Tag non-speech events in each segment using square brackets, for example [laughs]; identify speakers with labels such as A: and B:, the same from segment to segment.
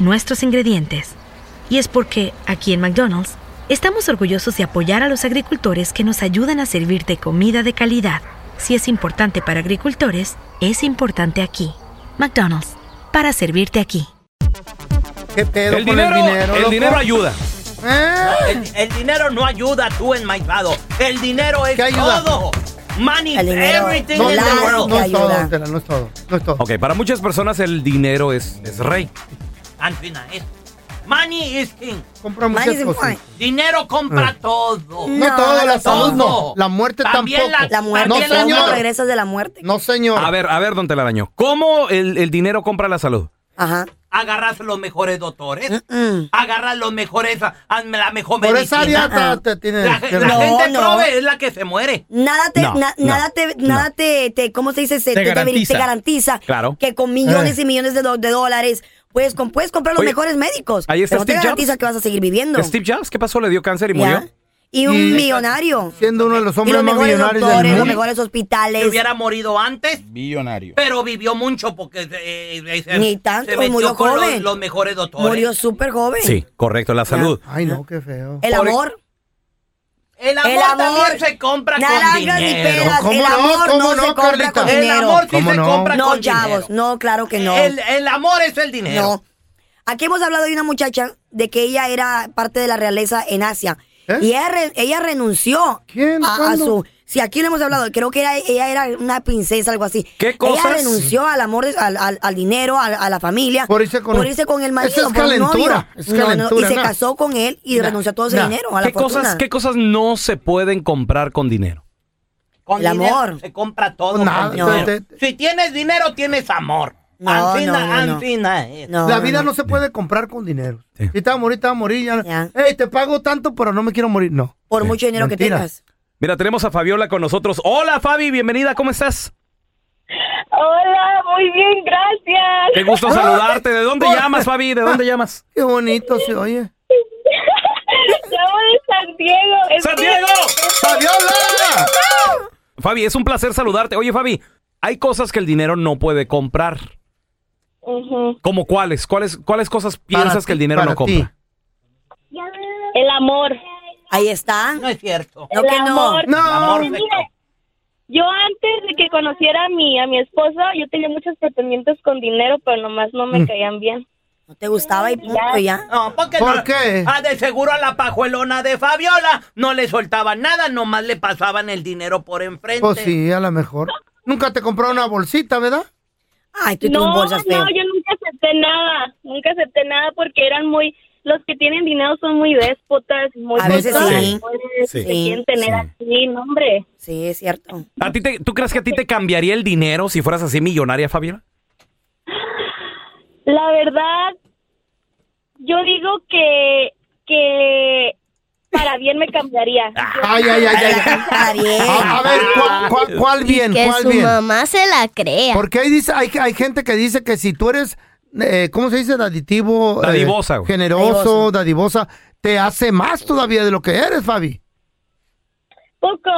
A: nuestros ingredientes. Y es porque, aquí en McDonald's, estamos orgullosos de apoyar a los agricultores que nos ayudan a servirte comida de calidad. Si es importante para agricultores, es importante aquí. McDonald's, para servirte aquí.
B: ¿Qué pedo
C: El
B: con
C: dinero,
B: el dinero?
C: el
B: loco?
C: dinero ayuda.
B: ¿Eh?
D: El, el dinero no ayuda tú enmaizado. El dinero es
B: ¿Qué ayuda?
D: todo. Money,
E: El dinero.
D: everything
B: No,
D: in
E: la-
D: the
B: no,
D: world.
B: no es
E: ayuda.
B: todo, Tela, no es todo. No es todo.
C: Ok, para muchas personas el dinero es, es rey.
D: Al final, es- money is king.
B: Compra muchas
E: Madison
B: cosas.
E: Point.
D: Dinero compra todo.
B: Mm. No,
E: No,
B: todo,
E: no
B: la salud no.
D: todo.
B: La muerte
D: También
B: tampoco.
E: La muerte,
B: no,
D: también la
E: ¿cómo
B: señor.
D: muerte.
E: regresas de la muerte?
B: No, señor.
C: A ver, a ver, don Telaraño, ¿cómo el, el dinero compra la salud?
E: Ajá.
D: Agarras los mejores doctores.
E: Mm.
D: Agarras los mejores, hazme la mejor
B: Por
D: medicina.
B: esa área te, te tienes.
D: La,
B: que-
D: la
E: Ah. No,
D: gente
E: no.
D: prove es la que se muere.
E: Nada te,
C: No,
E: na-
C: no,
E: nada te, nada te, te- ¿cómo se dice? Se-
F: Te
E: te, te-
F: garantiza.
E: te garantiza
C: Claro. Eh.
E: que con millones y millones de, do- de dólares puedes, com- puedes comprar los
C: Oye,
E: mejores médicos.
C: ahí está
E: pero no te
C: Steve Jobs.
E: garantiza que vas a seguir viviendo.
C: Steve Jobs, ¿qué pasó? ¿Le dio cáncer y
E: ¿Ya?
C: murió?
E: Y un
B: Y-
E: millonario.
B: siendo uno de los
E: Y
B: hombres
E: los
B: más
E: mejores
B: millonarios
E: doctores,
B: del
E: los
B: mundo.
E: mejores
D: Si
E: hospitales.
D: hubiera morido antes,
F: Millonario.
D: pero vivió mucho porque eh, eh, se,
E: Ni tanto,
D: se metió
E: murió
D: con los-
E: joven.
D: Los, mejores doctores.
E: Murió súper joven.
C: Sí, correcto, la salud.
B: Ay, no, qué feo.
E: El amor.
D: El amor,
E: El amor.
D: también se compra con
E: Naranjas y
D: dinero.
E: peras.
B: ¿Cómo
E: El
B: no?
E: amor
B: ¿Cómo
E: no,
B: no,
E: se compra
B: Carlita?
E: con
D: El
E: dinero.
D: amor sí
B: ¿Cómo
D: se
B: no?
D: compra
E: No,
D: con dinero.
E: chavos, no, claro que no.
D: El, el amor es el dinero.
E: No. Aquí hemos hablado de una muchacha de que ella era parte de la realeza en Asia.
B: ¿Eh?
E: Y ella, re- ella renunció
B: ¿Quién?
E: A, a
B: ¿Cuándo?
E: su... Si aquí lo hemos hablado, creo que era- ella era una princesa, algo así.
C: ¿Qué cosas?
E: Ella renunció al amor, de- al, al- al dinero, al- a, la familia.
B: Por irse con-
E: irse con el marido.
B: Esa es
E: por un
B: calentura,
E: novio.
B: es
E: No, no,
B: calentura,
E: y se
B: nah.
E: casó con él y
B: Nah,
E: renunció a todo ese
B: nah.
E: dinero, a la
C: ¿Qué cosas,
E: fortuna.
C: ¿Qué cosas no se pueden comprar con dinero?
D: Con
E: El
D: dinero
E: amor.
D: Se compra todo.
B: Pues nada,
D: con dinero.
B: te- te-
D: Si tienes dinero, tienes amor.
E: No,
D: Ancina,
E: no, no, no.
D: ancina es.
E: No,
B: la vida no se puede comprar con dinero.
C: Sí.
B: Si te vas a morir, te vas a morir. Ya.
E: Ya.
B: Ey, te pago tanto, pero no me quiero morir. No.
E: Por mucho dinero que
B: Eh, Mentira.
E: tengas.
C: Mira, tenemos a Fabiola con nosotros. Hola, Fabi, bienvenida, ¿cómo estás?
G: Hola, muy bien,
C: Qué
G: gracias.
C: gusto saludarte. ¿De dónde llamas, Fabi? ¿De dónde llamas?
B: [laughs] Qué bonito se oye.
G: Llamo de San Diego. Es-
C: ¡San Diego!
B: ¡Fabiola!
C: Fabi, es un placer saludarte. Oye, Fabi, hay cosas que el dinero no puede comprar.
G: Ujú.
C: ¿Como cuáles? ¿Cuáles, cuáles cosas
B: Para
C: piensas que el
B: ti,
C: dinero
B: para
C: no compra?
B: ti.
G: El amor.
E: Ahí está.
D: No
E: No,
D: es cierto.
G: el
E: que no.
G: amor.
B: No.
D: El amor se
G: Mira, yo antes de que conociera a mi, a mi esposo, yo tenía muchos pretendientes con dinero, pero nomás no
C: Mm.
G: me caían bien.
E: No te gustaba y punto ya.
D: No, porque
B: ¿Por
D: no-
B: qué?
D: Ah, de seguro a la pajuelona de Fabiola no le soltaban nada, nomás le pasaban el dinero por enfrente.
B: Pues sí, a lo mejor. Nunca te compró una bolsita, ¿verdad?
E: Ay, tú y tus
G: No,
E: bolsas feo.
G: no, yo nunca acepté nada. Nunca acepté nada porque eran muy. Los que tienen dinero son muy déspotas, muy
E: A veces
G: controladores,
E: sí.
G: se
C: Sí.
G: quieren tener así, no, hombre.
E: Sí, es cierto.
C: ¿A ti te- ¿Tú crees que a ti te cambiaría el dinero si fueras así millonaria, Fabiola?
G: La verdad, yo digo que, que para bien me cambiaría.
B: Ay, ay, ay, ay. ay.
E: Está bien.
B: A, a ver, ¿cuál, cuál, cuál bien?
H: que
B: ¿Cuál
H: su
B: bien?
H: mamá se la crea.
B: Porque ahí dice, hay, hay gente que dice que si tú eres eh, ¿cómo se dice? Daditivo. eh,
C: Dadivosa, güey.
B: generoso, dadivosa. Te hace más todavía de lo que eres, Fabi.
G: Poco.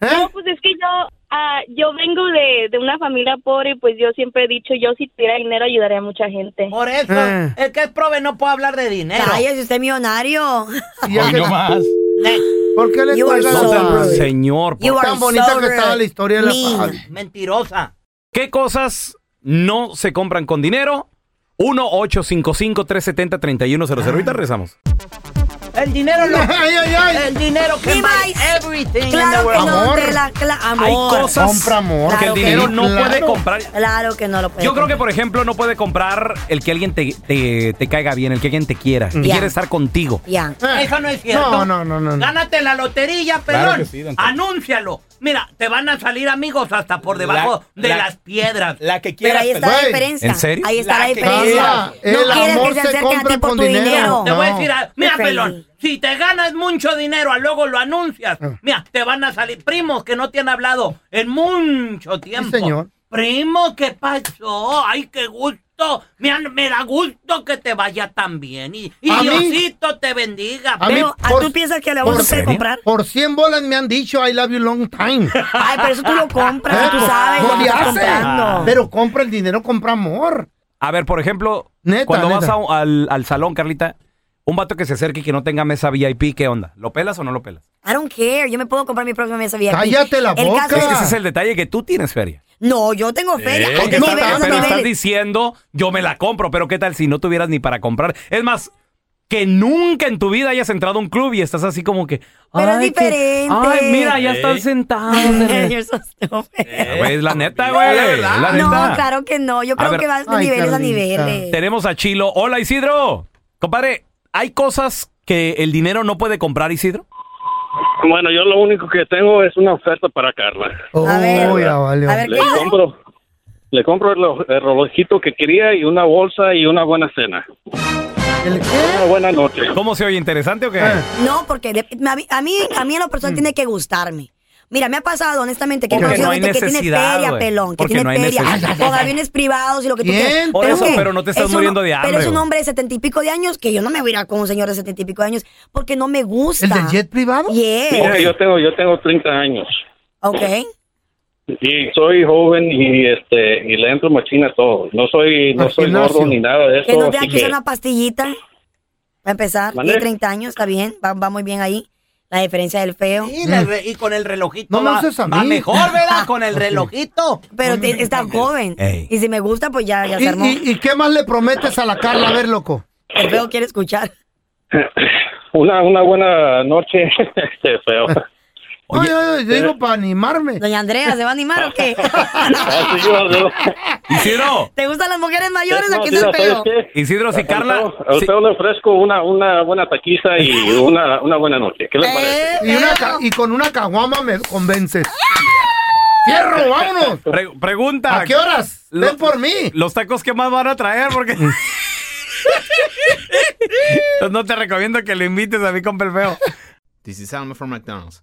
B: ¿Eh?
G: No, pues es que yo, ah, yo vengo de, de una familia pobre y pues yo siempre he dicho, yo si tuviera dinero ayudaría a mucha gente.
D: Por eso,
B: Eh.
D: el que es prove no puede hablar de dinero.
E: Cállese, usted es millonario.
B: Y ya que-
C: más.
D: Eh,
B: ¿Por qué le
E: You are
B: cuelgas
E: so
B: a Fabi?
E: rude.
C: Señor,
E: You
C: por-
E: are
B: Tan bonita
E: so
B: que estaba
E: rude.
B: la historia de la
E: Mean.
B: Fabi. [laughs]
D: mentirosa.
C: ¿qué cosas no se compran con dinero? 1-855-370-3100. Ahorita rezamos.
D: El dinero lo...
B: [laughs] Ay, ay,
E: Eh,
B: ay.
D: El dinero can
E: Be
D: buy
E: nice.
D: everything in the
E: [laughs] Claro que
D: world.
E: no,
B: Amor.
E: te la, cla- amor.
C: Hay cosas
B: Compra amor.
C: que
E: Claro
C: el
E: que
C: dinero
E: sí,
C: no
B: claro.
C: puede comprar.
E: Claro que no lo puede.
C: Yo creo que, por ejemplo, no puede comprar el que alguien te, te- te caiga bien, el que alguien te quiera, que
E: Ya.
C: quiere estar contigo.
E: Ya.
B: Eh,
D: Eso no es cierto.
B: No, no, no, no. no.
D: Gánate la lotería, pelón.
C: Claro que sí, don Tela.
D: Anúncialo. Mira, te van a salir amigos hasta por debajo
C: La-
D: de
C: la-
D: las piedras.
C: La que
E: Pero ahí está la
B: Güey.
E: diferencia.
C: ¿En serio?
E: Ahí está
D: La
E: la,
D: que
E: diferencia.
B: Carla, el
E: no quieres
B: amor
E: que se
B: se
E: acerque a
B: compra
E: ti por
B: con
E: tu dinero.
B: dinero.
D: Te voy a
B: No.
D: decir, algo. mira,
E: Qué crazy.
D: pelón, si te ganas mucho dinero, a luego lo anuncias.
B: Ah.
D: Mira, te van a salir primos que no te han hablado en mucho tiempo.
B: señor.
D: Primo, ¿qué pasó? Ay, qué gusto. Me, han- me da gusto que te vaya tan bien. Y, y
B: ¿A mí?
D: Diosito te bendiga.
B: A mí
E: Pero, ¿ah,
B: por-
E: ¿tú piensas que el amor
B: por
E: se puede
C: serio?
E: comprar?
B: Por 100 bolas me han dicho I love you long time.
E: Ay, pero eso tú lo compras,
B: Eh,
E: tú sabes.
B: No
E: lo
B: le
E: estás
B: hace.
E: comprando.
B: Pero compra el dinero, compra amor.
C: A ver, por ejemplo,
B: Neta,
C: cuando
B: neta.
C: vas a- al, al salón, Carlita, un vato que se acerque y que no tenga mesa VIP, ¿qué onda? ¿Lo pelas o no lo pelas?
E: I don't care. Yo me puedo comprar mi próxima mesa VIP.
B: Cállate la
E: El
B: boca.
E: caso
C: Es que
E: es-
C: ese es el detalle que tú tienes feria.
E: No, yo tengo feria.
C: Eh,
E: Hay
C: que
E: que
B: no,
C: estás-
E: niveles,
B: está-
C: pero
E: niveles.
C: estás diciendo, yo me la compro, pero ¿qué tal si no tuvieras ni para comprar? Es más, que nunca en tu vida hayas entrado a un club y estás así como que...
E: Pero es
C: "Ay, que-
E: diferente.
C: ay, mira, ya están sentados.
E: [laughs] You're so stupid.
B: Eh,
C: Ah, güey, es la neta,
I: La
C: güey. es
I: verdad.
C: la
E: No,
C: neta.
E: claro que no. Yo
C: A
E: creo
C: ver.
E: que vas de
B: Ay,
E: niveles a
B: Carlita.
E: niveles.
C: Tenemos a Chilo. Hola, Isidro. Compadre, ¿hay cosas que el dinero no puede comprar, Isidro?
F: Bueno, yo lo único que tengo es una oferta para Carla.
B: Oh,
E: A ver,
B: ya valió.
E: a ver,
F: Le
E: ¿qué?
F: compro, le compro el, lo- el relojito que quería y una bolsa y una buena cena.
B: ¿El
F: Una
B: qué?
F: buena noche.
C: ¿Cómo se oye? ¿Interesante o qué?
B: Eh.
E: No, porque de- a, mí, a, mí, a mí en lo personal tiene que gustarme. Mira, me ha pasado, honestamente, que he
C: Mm. Porque
E: conocido
C: no hay
E: gente que tiene
C: necesidad,
E: feria,
C: güey.
E: pelón, que
C: Porque
E: tiene
C: no hay
E: feria,
C: necesidad.
E: con aviones privados y lo que tú
B: Bien,
E: quieras.
C: por eso,
E: ¿qué?
C: pero no te estás
E: Es un-
C: muriendo de hambre,
E: Pero es un
C: güey.
E: hombre de setenta y pico de años que yo no me voy a ir con un señor de setenta y pico de años porque no me gusta.
B: ¿El del jet privado?
E: Yeah.
F: Porque yo tengo, yo tengo 30 años
E: Ok.
F: y soy joven y este y le entro machina a todo. No soy, no
B: Al
F: soy
B: gimnasio.
F: gordo ni nada de eso.
E: Que
G: Oh,
E: no te
F: así
E: da
F: que-
E: que usar una pastillita. Va a empezar.
F: ¿Mande?
E: Tiene 30 años, está bien. Va, va muy bien ahí. La diferencia del feo.
D: Y, le re- y con el relojito
B: Mm. No me
D: va,
B: uses a
D: va
B: mí.
D: mejor, ¿verdad?
B: [laughs]
D: Con el relojito.
E: Pero te- está joven.
C: Ey.
E: Y si me gusta, pues ya, ya
B: ¿Y,
E: se armó.
B: y, y qué más le prometes a la Carla? A ver, loco.
E: El feo quiere escuchar.
F: una, una buena noche. [laughs] Este,
E: [laughs]
F: feo.
B: Oye, oye, yo digo para animarme.
E: Doña Andrea, ¿se va a animar o qué?
F: Así yo, yo-
C: Isidro,
E: ¿Te gustan las mujeres
F: [laughs]
E: mayores
F: no,
E: o qué
F: mira,
E: es
F: ¿sabes
E: feo?
F: qué?
C: Isidro, si
F: Al
C: Carla...
F: feo- al
C: si-
F: feo le ofrezco una, una buena taquiza
B: [laughs]
F: y una, una buena noche.
E: Eh,
F: ¿Qué le parece?
B: Y, una ca- y con una caguama me convences. ¡Cierro, vámonos!
C: pre- pregunta.
B: ¿A qué horas?
C: Lo-
B: Ven por mí.
C: ¿Los tacos que más van a traer?
B: [laughs]
C: Porque... [laughs] Entonces no te recomiendo que lo invites a mí con Pelfeo.
I: This is Alma from McDonald's,